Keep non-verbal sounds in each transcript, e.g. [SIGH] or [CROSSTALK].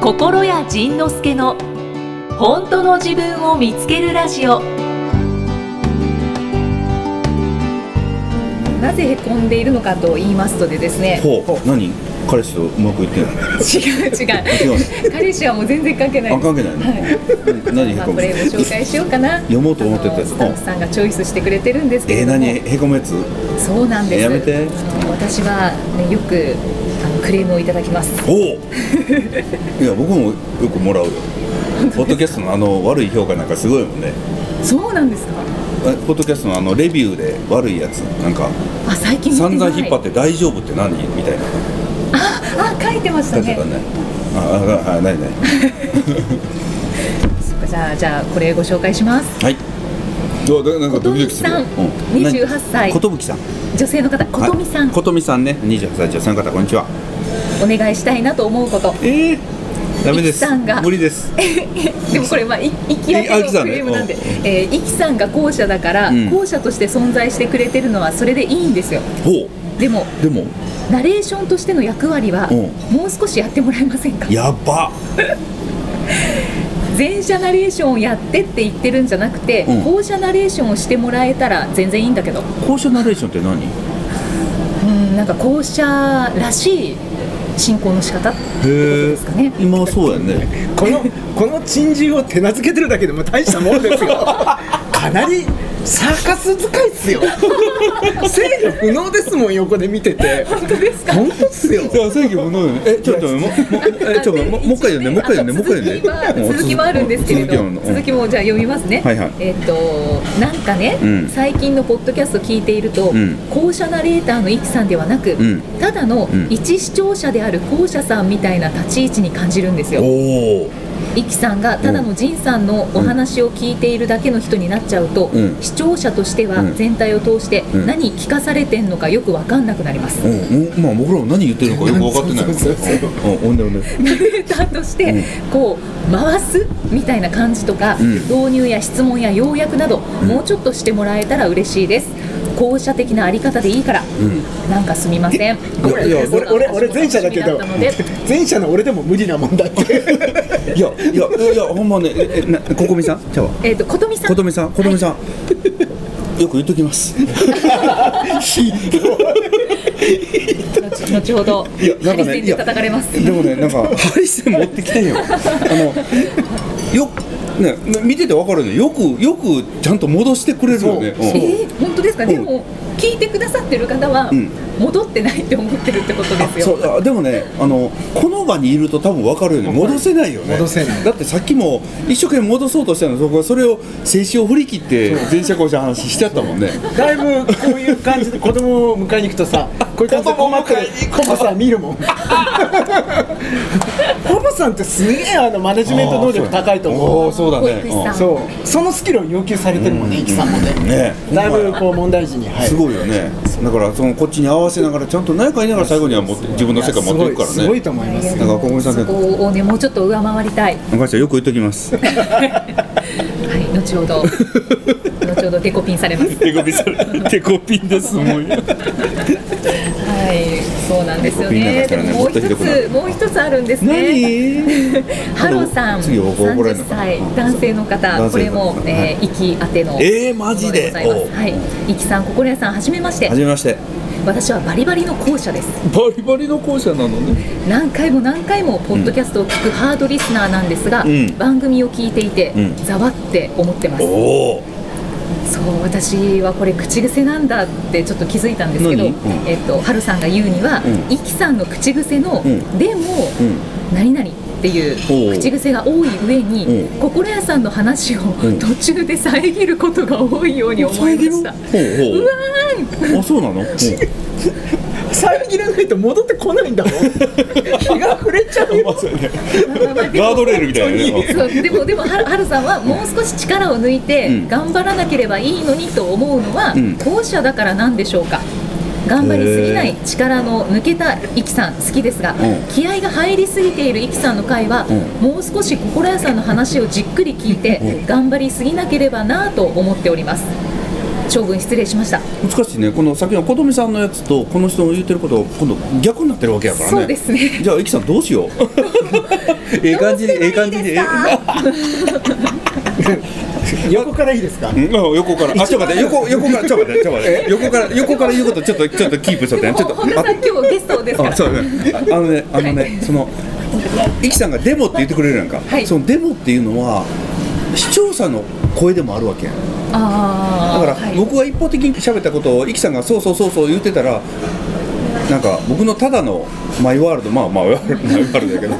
心谷仁之助の本当の自分を見つけるラジオなぜへこんでいるのかと言いますとでですねほう何彼氏とうまくいってない違う違違うう彼氏はもう全然関係ないあ関係ないの、はい何へまあここむれご紹介しようかな読もうと思ってたやつあのスタッフさんがチョイスしてくれてるんですけれえー、ども、何へこむ [LAUGHS] やつそうなんですやめてあの私は、ね、よくあのクレームをいただきますおおいや僕もよくもらうよポッドキャストのあの悪い評価なんかすごいもんねそうなんですかえポッドキャストのあのレビューで悪いやつなんかあ最近見てない散々引っ張って大丈夫って何みたいなあ書いてました感じねだねああああないないそっかじゃあじゃあこれご紹介しますはいどうだなんかドキドキするよことぶきさんうん28歳ことぶきさん女性の方ことみさん、はいことみさんね28歳女性の方こんにちはお願いしたいなと思うことええダメですいきさんが無理です [LAUGHS] でもこれまあい生き上えあげの生きさんクねレームなんで、えー、イキさんが後者だから、うん後者として存在してくれてるのはそれでいいんですよほでもうでもナレーションとしての役割は、うもう少しやってもらえませんかやば前者ナレーションをやってって言ってるんじゃなくて、うん後者ナレーションをしてもらえたら全然いいんだけど交渉ナレーションって何うんなんか後者らしい進行の仕 [LAUGHS] 方へえですかね今はそうやねこのこの珍獣を手なずけてるだけでも大したもんですよかなりサーカス使いっすよ制御不能ですもん横で見てて本当ですか本当っすよいや正義ものよねえちょっともうもうえちょっ [LAUGHS] ともうもう一回読んでもう一回読んでもう一回読んであの続きはう続きもあるんですけれど続きもあるのうん続きもじゃあ読みますね、はいはいえっ、となんかね、うん最近のポッドキャスト聞いていると、うん後者ナレーターのイキさんではなく、んただのうん一視聴者である後者さんみたいな立ち位置に感じるんですよおおイキさんがただの仁さんのお話を聞いているだけの人になっちゃうと、うん視聴者としてはうん全体を通してうん何聞かされてんのかよく分かんなくなります、うんうんまあ僕らも何言ってるのかよく分かってないもんそうそうそううんほんでほんでナレーターとして、こう回すみたいな感じとか、うん導入や質問や要約など、んもうちょっとしてもらえたら嬉しいです後者的なあり方でいいから、なんかすみませんいやいや俺俺俺前者だけ私ども楽しみだったので前者の俺でも無理なもんだっていやいやいやほんまねええなここみさんちゃうわえっとことみさんことみさんことみさんよく言っとき [LAUGHS] ます後後ほどいやなんか針ね線いでや叩かれますでもねなんか [LAUGHS] ハリセン持ってきてんよあのよねね見ててわかるねよくよくちゃんと戻してくれるよねそううんえー、本当ですか、うんでも聞いてくださってる方は、ん戻ってないって思ってるってことあですそようあでもねあのこの場にいると多分分かるよね戻せないよね戻せないだってさっきも一生懸命戻そうとしたのそこはそれを静止を振り切って前者後者の話しちゃったもんねだいぶこういう感じで子供を迎えに行くとさこういう感じで困ってるコバさん見る [LAUGHS] もんコバさんってすげえあのマネジメント能力高いとお思ーそうだ保ね育士さんうそうそのスキルを要求されてるもんねイキさんもねうんねだいぶこう問題児に入するごいよねだからそのこっちに合わせながらちゃんと何か言いながら最後には持って自分の世界持っていくからねすごいすごいと思いますだからここみさんそねこをねもうちょっと上回りたいお母ちゃんよく言っときますはい、後ほ [LAUGHS] ど後ほどデコピンされます手コピされ [LAUGHS] 手コピンですもんはい、そうなんですよデねコピンなんかしたらでねももうもっとひど一くなるつもう一つあるんですね何ハロさん次怒られるの30かな歳男性の方男こ性れの方もはいえー息、当てのえーマジでものございますはい、息さん心屋さんはじめましてはじめまして私はバリバリの後者ですバリバリの校舎なのね何回も何回もポッドキャストを聞くハードリスナーなんですが、うん番組を聞いていてうんざわ、って思ってますおおそう私はこれ口癖なんだってちょっと気づいたんですけど、何うんえっと春さんが言うには、うんイキさんの口癖の「うんでも、うん何々」っていおうう口癖が多い上にう心屋さんの話をうん途中で遮ることが多いように思いました。ほうほうあそうな [LAUGHS] の遮らないと戻ってこないんだもん日が触れちゃうよガードレールみたいなねそうでもでもはるはるさんはもう少し力を抜いてうん頑張らなければいいのにと思うのはうん後者だからなんでしょうか頑張りすぎなへい力の抜けたイキさん好きですが、ん気合が入りすぎているイキさんの回は、うもう少し心屋さんの話をじっくり聞いて、頑張りすぎなければなぁと思っております将軍失礼しました難しいねこの先の琴美さんのやつとこの人の言ってることが今度逆になってるわけやからねそうですねじゃあいきさんどう [LAUGHS] しようええ感じにええ感じにええ横からいいですかうん横からあちょっと待って横横からちょっと待ってちょっと待って横から横から言うことちょっとちょっとキープしとってねちょっと [LAUGHS] 本田さん今日ゲストですかあらそうだねああのねあのねそのイキさんがデモって言ってくれるやんか、はいそのデモっていうのは視聴者の声でもあるわけやんだあから、あはい僕が一方的に喋ったことをイキさんがそうそうそうそう言ってたらなんか僕のただのマイワールドまあ [LAUGHS] マイワールドマイワールドやけど、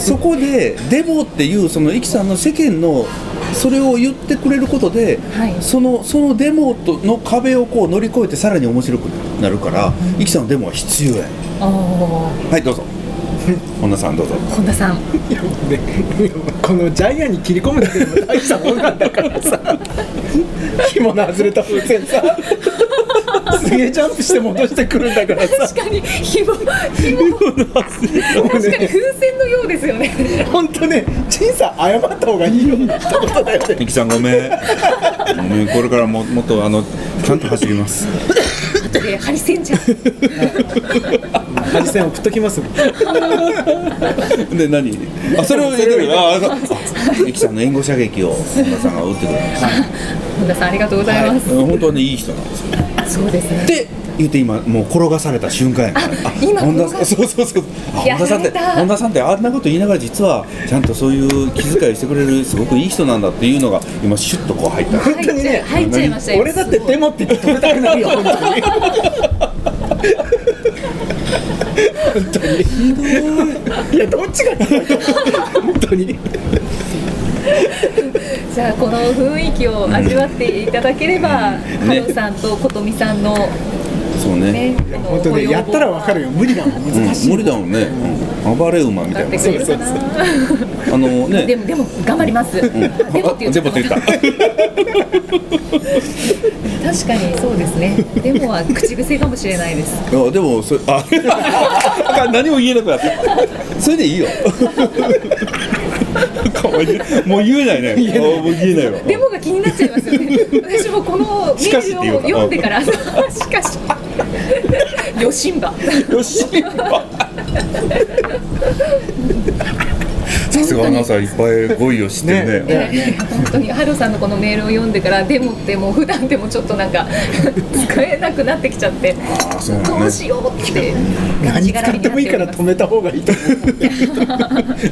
そこでデモっていうそのイキさんの世間のそれを言ってくれることで、はいそのそのデモとの壁をこう乗り越えてさらに面白くなるから、イキさんのデモは必要やあはい [LAUGHS] どうぞ本田さんどうぞー本田さんいやでこのジャイアンに切り込むだけでも大したもんなんだからさ紐の外れた風船さすげえジャンプして戻してくるんだからさ確かに紐紐確かに風船のようですよね本当ね陳さん謝った方がいいよってことだよねミキさんご [LAUGHS] めんごめんこれからももっとあのちゃんと走ります後でハリセンジャーハリセン送っときますもんで何あそれを入れてるああそうミキさんの援護射撃を本田さんが打ってくれました本田さんありがとうございます、はい本当はねいい人なんですそようですねで言って今もう転がされた瞬間やからあ今本田さ転がんそうそうそうあや本田さんってられた本田さんってあんなこと言いながら実はちゃんとそういう気遣いしてくれるすごくいい人なんだっていうのが今シュッとこう入った本当にね入っちゃいましたよ俺だってデモって言って止めたくなるよ本当に本当にいやどっちがひどい本当にじゃあこの雰囲気を味わっていただければ、ハロさんと琴美さんのそうねね、あの本当ご要望ねやったらわかるよ無理だもんうん難しい、無理だもんね、うん暴れ馬みわたかいってなくれるかな。あのねでもでも頑張ります。でもって言っ。全部って言ったた確かにそうですね。でもは口癖かもしれないです。いやでもそれあ [LAUGHS] あかん何も言えなくなったそれでいいよ [LAUGHS] かわいいもう言えないね言えないもう言えないわでもが気になっちゃいますよね。私もこのメしかしってー言ルうのを読かんでから、しかし。よしんば。よし [LAUGHS] さすがアナウンサーいっぱい語彙を知ってるねね本当にハロさんのこのメールを読んでから、でもってもう普段でもちょっとなんか。使えなくなってきちゃって。あそうなどのうねしようって。何使ってもいいから止めた方がいいと思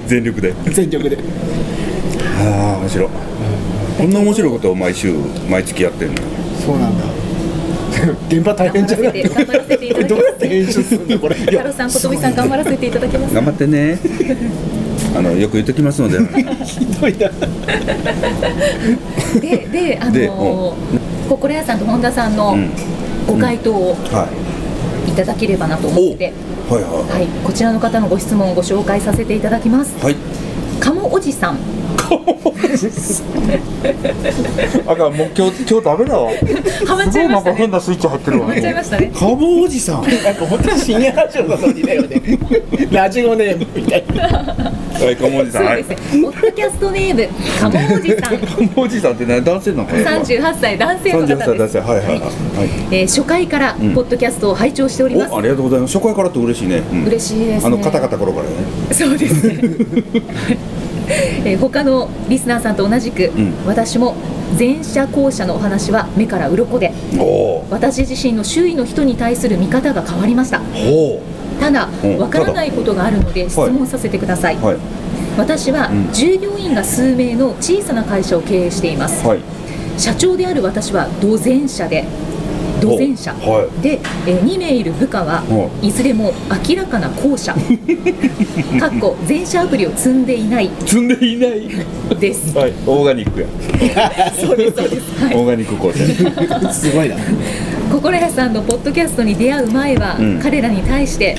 全力でう全力でああ面白いこんな面白いことを毎週毎月やってるのそうなんだ現場大変じゃない頑張らせていただきますどうやって編集するのこれいハやロさん、ことみさん、頑張らせていただきます。頑張って [LAUGHS] ねあのよく言っときますのでひどいなで、で、あのでー、心屋さんと本田さんのうんご回答をはいいただければなとお思って。はいははい、こちらの方のご質問をご紹介させていただきます。いはい鴨おじさん、あかんもう今日今日ダメだわハマっちゃいましたね。なスイッチ入ってるわハマっちゃいましたね。カモおじさんなんか本当に深夜ラジオの時だよねラジオネームみたいなはいカモおじさんそうはでいすね。ポッドキャストネーム、鴨おじさん、カモおじさんってね男性なのかな38歳男性の方38歳で男す性。はいはいはえー初回からポんッドキャストを拝聴しておりまいすおあ。りがとうございます初回からって嬉しいねうん嬉しいですね。あのカタカタ頃からねそうですね。えー他のリスナーさんと同じく、ん私も前者後者のお話は目から鱗でおー私自身の周囲の人に対する見方が変わりましたほただうんわからないことがあるので質問させてください、うはい私はうん従業員が数名の小さな会社を経営しています、はい社長である私は土前社で土前社、おはいで、え2名いる部下はおいずれも明らかな後 [LAUGHS] 者かっこ前社アプリを積んでいない積んでいないですはいオーガニックやそうですそうです、はい、オーガニック構成すごいな心屋さんのポッドキャストに出会う前は、うん彼らに対して、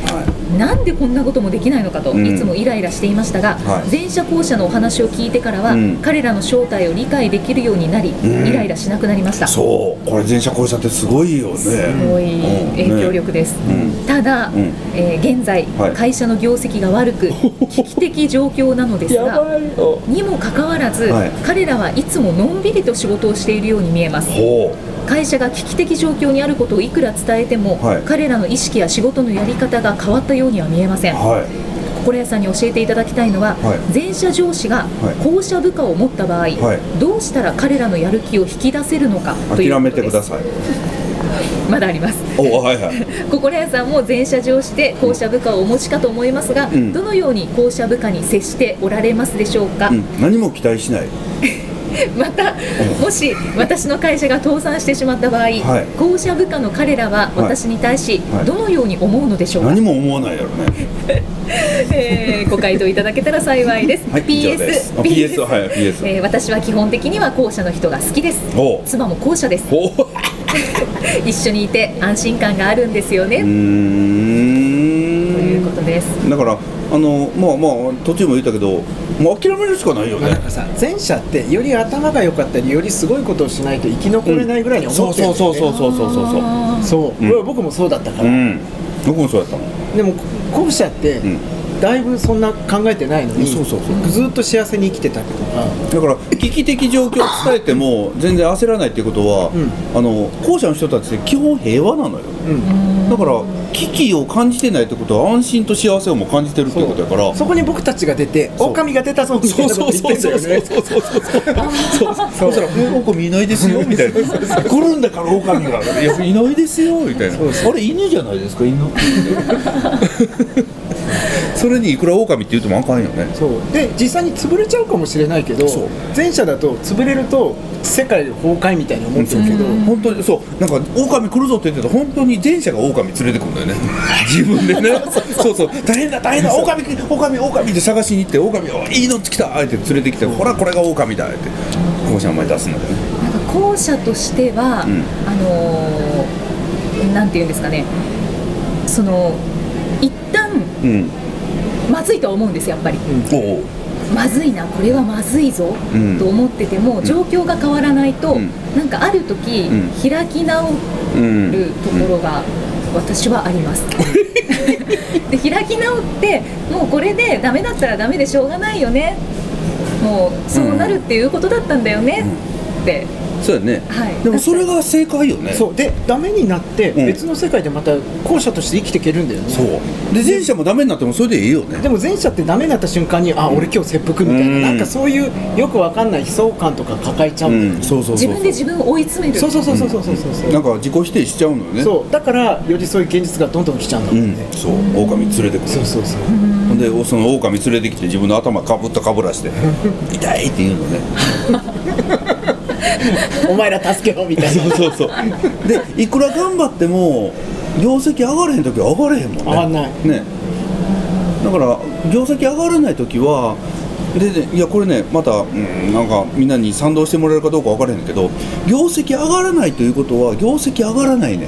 なんでこんなこともできないのかと、うんいつもイライラしていましたが、はい前者後者のお話を聞いてからは、うん彼らの正体を理解できるようになり、んイライラしなくなりましたすそうこれ前者後者ってすごいよねごいうん影響力です、うただ、んえー現在、はい会社の業績が悪 [LAUGHS] く危機的状況なのですやがばいよにもかかわらず、はい彼らはいつものんびりと仕事をしているように見えますほ会社が危機的状況にあることをいくら伝えても、はい彼らの意識や仕事のやり方が変わったようには見えませんは心屋さんに教えていただきたいのは、はい前者上司がはい後者部下を持った場合、いどうしたら彼らのやる気を引き出せるのかといいう諦こめとてでくすださいまだありますおはいはい心屋さんも前者上司で後者部下をお持ちかと思いますが、んどのように後者部下に接しておられますでしょうか、うん、何も期待しない [LAUGHS] またもし私の会社が倒産してしまった場合、い後者部下の彼らは私に対しはいどのように思うのでしょうか、何も思わないやろねえ [LAUGHS] ーご回答いただけたら幸いです、はい以上ですあ PS はい PS えー私は基本的には後者の人が好きですおう妻も後者ですおう一緒にいて安心感があるんですよね、うーというんことですだからあのまあまあ途中も言ったけどもう諦めるしかないよまあなんねかさ前者ってより頭が良かったりよりすごいことをしないと生き残れないぐらいに思ってるんだよねそうそうそうそうそうそうそうそう、うん俺は僕もそうだったかうら、ん僕もそうやったもんでも後者って、んだいぶそんな考えてないのにそうそうそうずっと幸せに生きてたりとかだから危機的状況を伝えても全然焦らないっていうことは、うんあの後者の人たちって基本平和なのようんだから危機を感じてないってことは安心と幸せをも感じてるっていうことやからそこに僕たちが出て「そう狼が出たぞ」みたいなこと言ってんだよねそうそうそうそうそうそしたら「うん狼いないですよ」みたいな「来るんだから狼が」いや「いないですよ」みたいなそうそあれ犬じゃないですか犬」それにいくら狼って言ってもあかんよねそうで実際に潰れちゃうかもしれないけどそう前者だと潰れると世界崩壊みたいに思ってるけど、本当にそうなんか狼来るぞって言ってたら本当に前者が狼連れてくるんだよね自分でねそうそう大変だ大変だ狼狼狼って探しに行って狼をいいの来たって連れてきてほらこれが狼だってこうしゃん前出すんだよねなんか後者としては、うんあのーなんていうんですかねその一旦うんまずいとは思うんですやっぱりおうおうまずいなこれはまずいぞ、うんと思ってても状況が変わらないと、うんなんかある時、うん開き直うんるところが私はあり [LAUGHS] ます、で開き直ってもうこれでダメだったらダメでしょうがないよねもうそうなるっていうことだったんだよね、ってそうやね、はいでもそれが正解よねそうでダメになってうん別の世界でまた後者として生きていけるんだよね、そうで前者もダメになってもそれでいいよねでも前者ってダメになった瞬間にあ俺今日切腹みたいな、うんなんかそういうよくわかんない悲壮感とか抱えちゃう、うんそうそう自そう分で自分を追い詰めるそうそうそうそうそうそうそうそうなんか自己否定しちゃうのよねそうだからよりそういう現実がどんどん来ちゃうんだうもんんね、そう狼連れてくるそうそうそうほんでその狼連れてきて自分の頭かぶったかぶらして「痛い」って言うのねお前ら助けろみたいなそうそうそうでいくら頑張っても業績上がれへん時は上がれへんもんね上がんないねだから業績上がらない時はでねいやこれねまた、うん、なんかみんなに賛同してもらえるかどうか分からへんけど業績上がらないということは業績上がらないね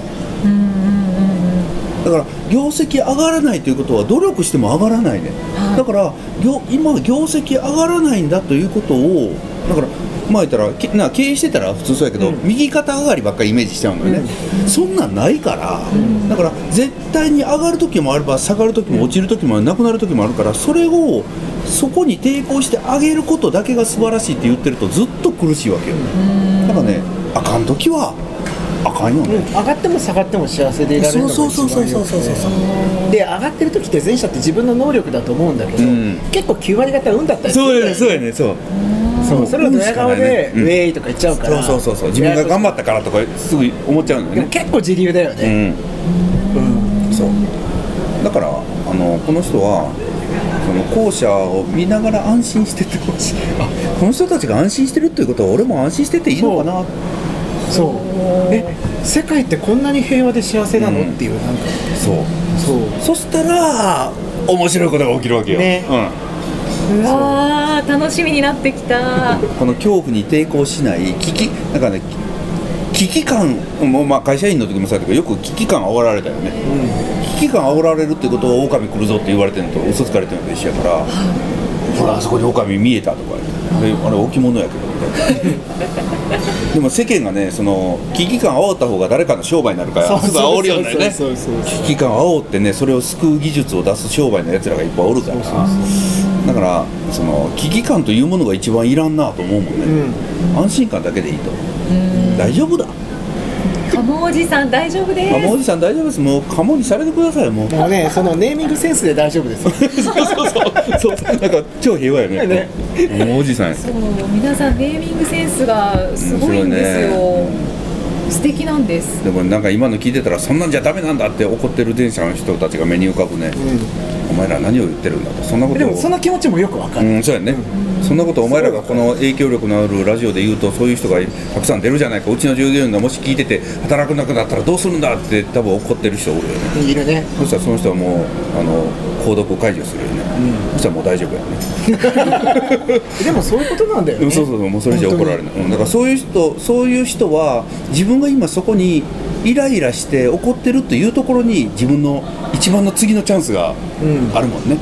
だから業績上がらないということは努力しても上がらないね、だから業今業績上がらないんだということをだからまあ言ったらけな経営してたら普通そうやけど、右肩上がりばっかりイメージしちゃうのよね、そんなんないから、だから絶対に上がる時もあれば下がる時も落ちる時もなくなる時もあるからそれをそこに抵抗して上げることだけが素晴らしいって言ってるとずっと苦しいわけよ、だからねあかん時はあかんよね、うん、上がっても下がっても幸せでいられるのが一番そうそうそうそうそうそうそうよくてで上がってる時って前者って自分の能力だと思うんだけど、うん結構9割方運だったりするそうやねそうやねそうそうそれをドヤ顔で、うんウェーイとか言っちゃうからそうそうそうそう自分が頑張ったからとかすぐ思っちゃうんだでよもね結構自流だよね、うんそうだからあのこの人はその後者を見ながら安心しててほしいあこの人たちが安心してるっていうことは俺も安心してていいのかなそうえ世界ってこんなに平和で幸せなの、っていうなんかそうそそうしたら面白いことが起きるわけよ、ねううわー楽しみになってきたん、この恐怖に抵抗しない危機なんかね危機感もうまあ会社員の時もそうだけどよく危機感煽られたよね、危機感煽られるってことを狼来るぞって言われてるのと嘘つかれてるのと一緒やからほらあそこに狼見えたとか言ってえあれ置物やけどみたい [LAUGHS] なでも世間がねその危機感煽った方が誰かの商売になるからすぐ煽るようになるねそうそうそうそう危機感を煽ってねそれを救う技術を出す商売のやつらがいっぱいおるからだからその危機感というものが一番いらんなと思うもんね、安心感だけでいいと大丈夫だ鴨おじさん大丈夫ですあもうおじさん大丈夫ですもうカモにされてくださいもうもうねそのネーミングセンスで大丈夫ですよそうそうそうそうなんか超平和やねもうおじさんやそう皆さんネーミングセンスがすごいんですよ、素敵なんですでもなんか今の聞いてたらそんなんじゃダメなんだって怒ってる電車の人たちが目に浮かぶね、お前ら何を言ってるんだとそんなことでもその気持ちもよくわかうる、んそうやね、そんなことお前らがこの影響力のあるラジオで言うとそういう人がたくさん出るじゃないかうちの従業員がもし聞いてて働くなくなったらどうするんだって多分怒ってる人おるよねいるねそしたらその人はもうあの購読を解除するよね、そしたらもう大丈夫やねでもそういうことなんだよでねもそうそうそうもうそれじゃ怒られない、うん、だからそういう人そういう人は自分が今そこにイライラして怒ってるっていうところに自分の一番の次のチャンスがうんあるもんね、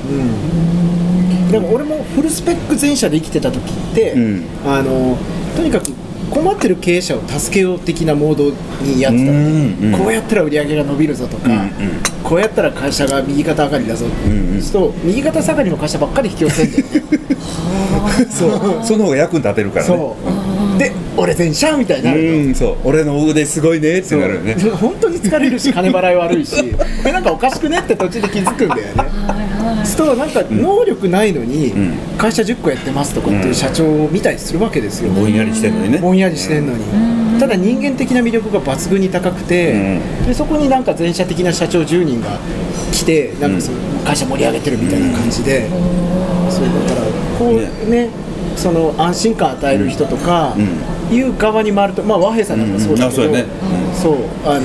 でも俺もフルスペック全社で生きてた時って、うんあのとにかく困ってる経営者を助けよう的なモードにやってたのねうんうんこうやったら売り上げが伸びるぞとか、うん [LAUGHS] うんこうやったら会社が右肩上がりだぞって、うんうんそうすると右肩下がりの会社ばっかり引き寄せてんだよねそうその方が役に立てるからねそうで俺全社みたいになるのうんそう俺の腕すごいねってなるよねそう [LAUGHS] 本当に疲れるし金払い悪いしでなんかおかしくねって途中で気づくんだよねはいはいそうするとなんか能力ないのにん会社10個やってますとかっていう社長を見たりするわけですよ、ぼんやりしてんのにねぼんやりしてんのにただ人間的な魅力が抜群に高くて、でそこになんか全社的な社長10人が来てなんかその会社盛り上げてるみたいな感じで、そうだからこうねその安心感与える人とか、いう側に回るとまあ和平さんなんかそうだけど、うんうんあそうやねそうあの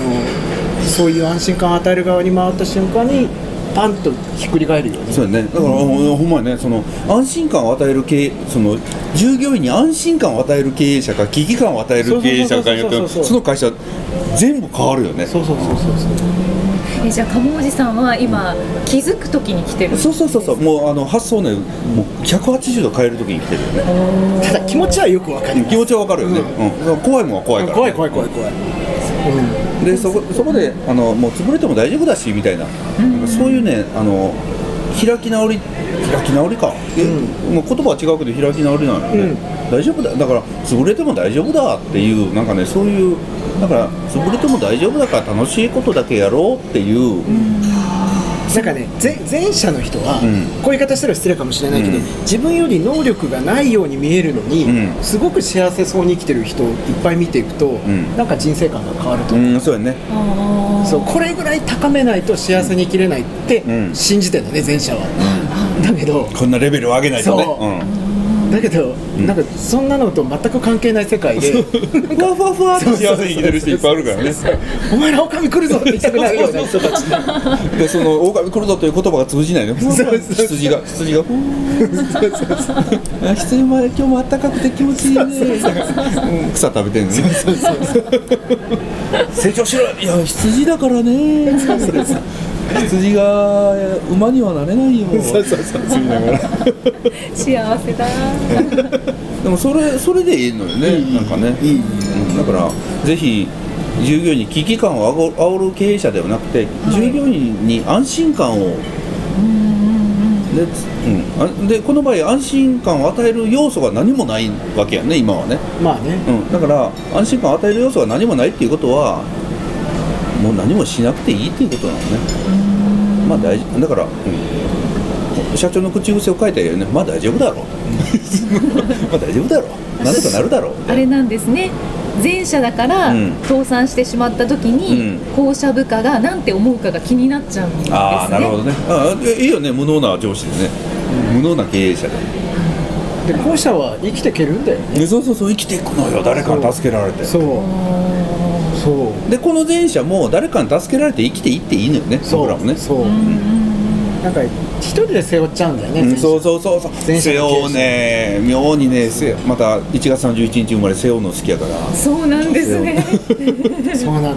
そういう安心感を与える側に回った瞬間にパンとひっくり返るよねそうやねだから、ほんほんまやねその安心感を与える経営その従業員に安心感を与える経営者か危機感を与える経営者かによそうっそうそうそうそうてその会社全部変わるよねそうそうそうそうそうえじゃあ鴨おじさんは今気づく時に来てるそうそうそうそうもうあの発想ねもう180度変えるときに来てるよねただ気持ちはよくわかりうんます気持ちはわかるよね、うん怖いもんは怖いから、怖い怖い怖い怖い、うんでそこそこであのもう潰れても大丈夫だしみたいな,、そういうねあの開き直り開き直りか、えもう言葉は違うけど開き直りなのよね、大丈夫だだから潰れても大丈夫だっていうなんかねそういうだから潰れても大丈夫だから楽しいことだけやろうっていう、なんかね前前者の人は、うんこういう言い方したら失礼かもしれないけど、うん自分より能力がないように見えるのに、うんすごく幸せそうに生きてる人をいっぱい見ていくと、んなんか人生観が変わると、うん、そうやねあそうこれぐらい高めないと幸せに生きれないってうん信じてるのね前者は、だけどこんなレベルを上げないとねそううんだけど、んなんかそんなのと全く関係ない世界でふわふわふわって幸せに生きてる人いっぱいあるからね [LAUGHS] 「お前ら狼来るぞ!」って言いたくなるような人たち [LAUGHS] でその狼来るぞという言葉が通じないね。ふわふわ羊が羊がふーん。あ羊も今日も暖かくて気持ちいいね。うん草食べてんのね。成長しろ。いや羊だからね。羊が馬にはなれないよ。ー幸せだでもそれそれでいいのよね。なんかね。うんだからぜひ。従業員に危機感をあご煽る経営者ではなくて、従業員に安心感をで,、うん、あでこの場合安心感を与える要素が何もないわけやね今はね、まあねうん、だから安心感を与える要素が何もないっていうことはもう何もしなくていいっていうことなのねまあ大事だから、うん社長の口癖を書いてあるよねまあ大丈夫 [LAUGHS] だろうまあ大丈夫だろうなんとかなるだろうみあたいれななんですね前者だからうん倒産してしまった時にう後者部下が何て思うかが気になっちゃうんですねああなるほどねああいいよね無能な上司でね、無能な経営者でで後者は生きていけるんだよねでそうそうそう生きていくのよ誰かに助けられてそうそうでこの前者も誰かに助けられて生きていっていいのよねそう僕らもねそう、なんか一人で背負っちゃうんだよね、うん全身そうそうそうそう前者瀬の経営者尾ね妙にね瀬尾また1月31日生まれ背負うの好きやからそうなんですね [LAUGHS] そうなの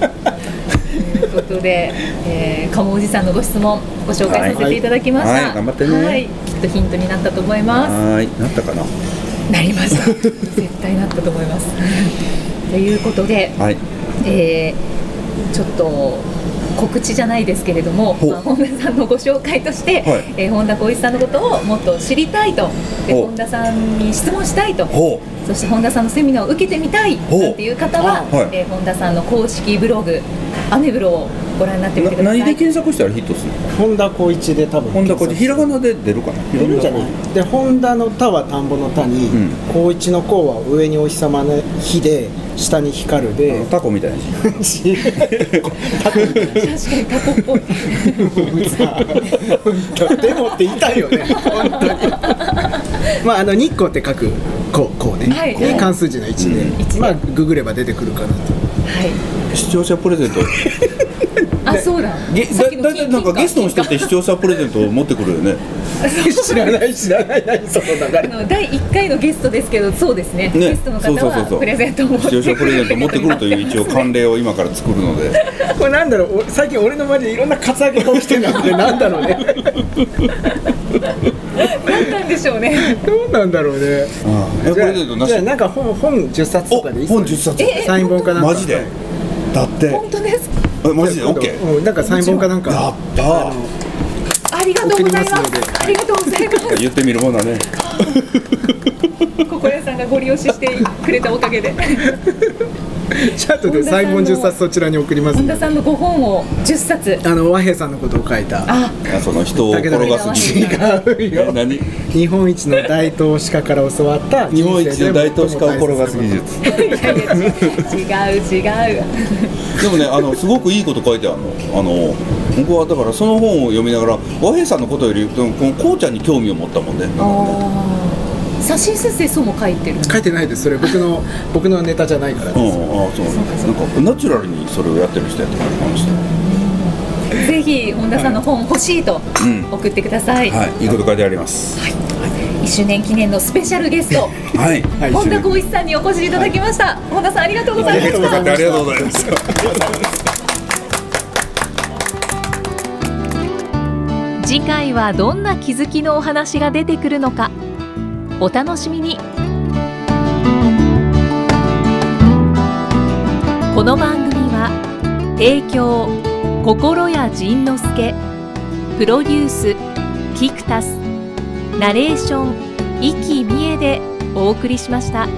ということで、えー、鴨おじさんのご質問ご紹介させていただきました、はいはい頑張ってねはいきっとヒントになったと思いますはーいなったかなはなりました [LAUGHS] 絶対なったと思いますということで、いえーちょっと告知じゃないですけれども、ほうまあ、本田さんのご紹介として、はいえー本田光一さんのことをもっと知りたいとでほう本田さんに質問したいとほそして本田さんのセミナーを受けてみたいほうなんていう方は、あはいえー本田さんの公式ブログ「アメブロ」をご覧になってうみなてください何で検索したらヒットするの本田光一で多分本田こっちひらがなで出るかな出るんじゃないで本田の「田」は田んぼの「田」にうん光一の「光」は上にお日様の「日」で下に光るでタコみたいな字確かにタコっぽい [LAUGHS] でもって言いたい [LAUGHS] よね本当にまああの日光って書くこうこうね、はいに関数字の1で、うん一でまあググれば出てくるかなと [LAUGHS] 視聴者プレゼン [LAUGHS] トはいあそうだげさっきだのだいたいなんか金ゲストの人って視聴者プレゼントを持ってくるよね知らない知らない何その流あれの第1回のゲストですけどそうですねゲストの方はプレゼントを持ってく視る聴者プレゼント持ってくると [LAUGHS] いう一応慣例を今から作るのでこれなんだろうお最近俺の周りでいろんなカツアゲが起きてるなんでなんだろうね何なんでしょうねどうなんだろうねえプレゼントなじゃあしなんか本本10冊おとかでいい本10冊えサイン本かなんかマジでだって本当ですえマジで OK うんなんかサイン本かなんかやったーありがとうございます送りますのでありがとうございます言ってみるもんだね心屋さんがご利用ししてくれたおかげでチャートでサイン本10冊そちらに送ります本んで田さんのご本を10冊あの和平さんのことを書いたああその人を転がす違違うよえ何日本一の大投資家から教わった日本一の大投資家を転がす技術いやいや違う違うでもねあのすごくいいこと書いてあるのあの僕はだからその本を読みながら和平さんのことよりでもこのこうちゃんに興味を持ったもんねああ写真撮影そうも書いてる書いてないですそれ僕の僕のネタじゃないからうでんす、ああそうなんかナチュラルにそれをやってる人やってるこの人ぜひ本田さんの本欲しいとうん送ってください、はいいいこと書いてあります1周年記念のスペシャルゲストはいはい本田光一さんにお越しいただきました、本田さんありがとうございましたありがとうございます次回はどんな気づきのお話が出てくるのかお楽しみにこの番組は提供心谷仁之助プロデュースキクタスナレーション生きみえでお送りしました。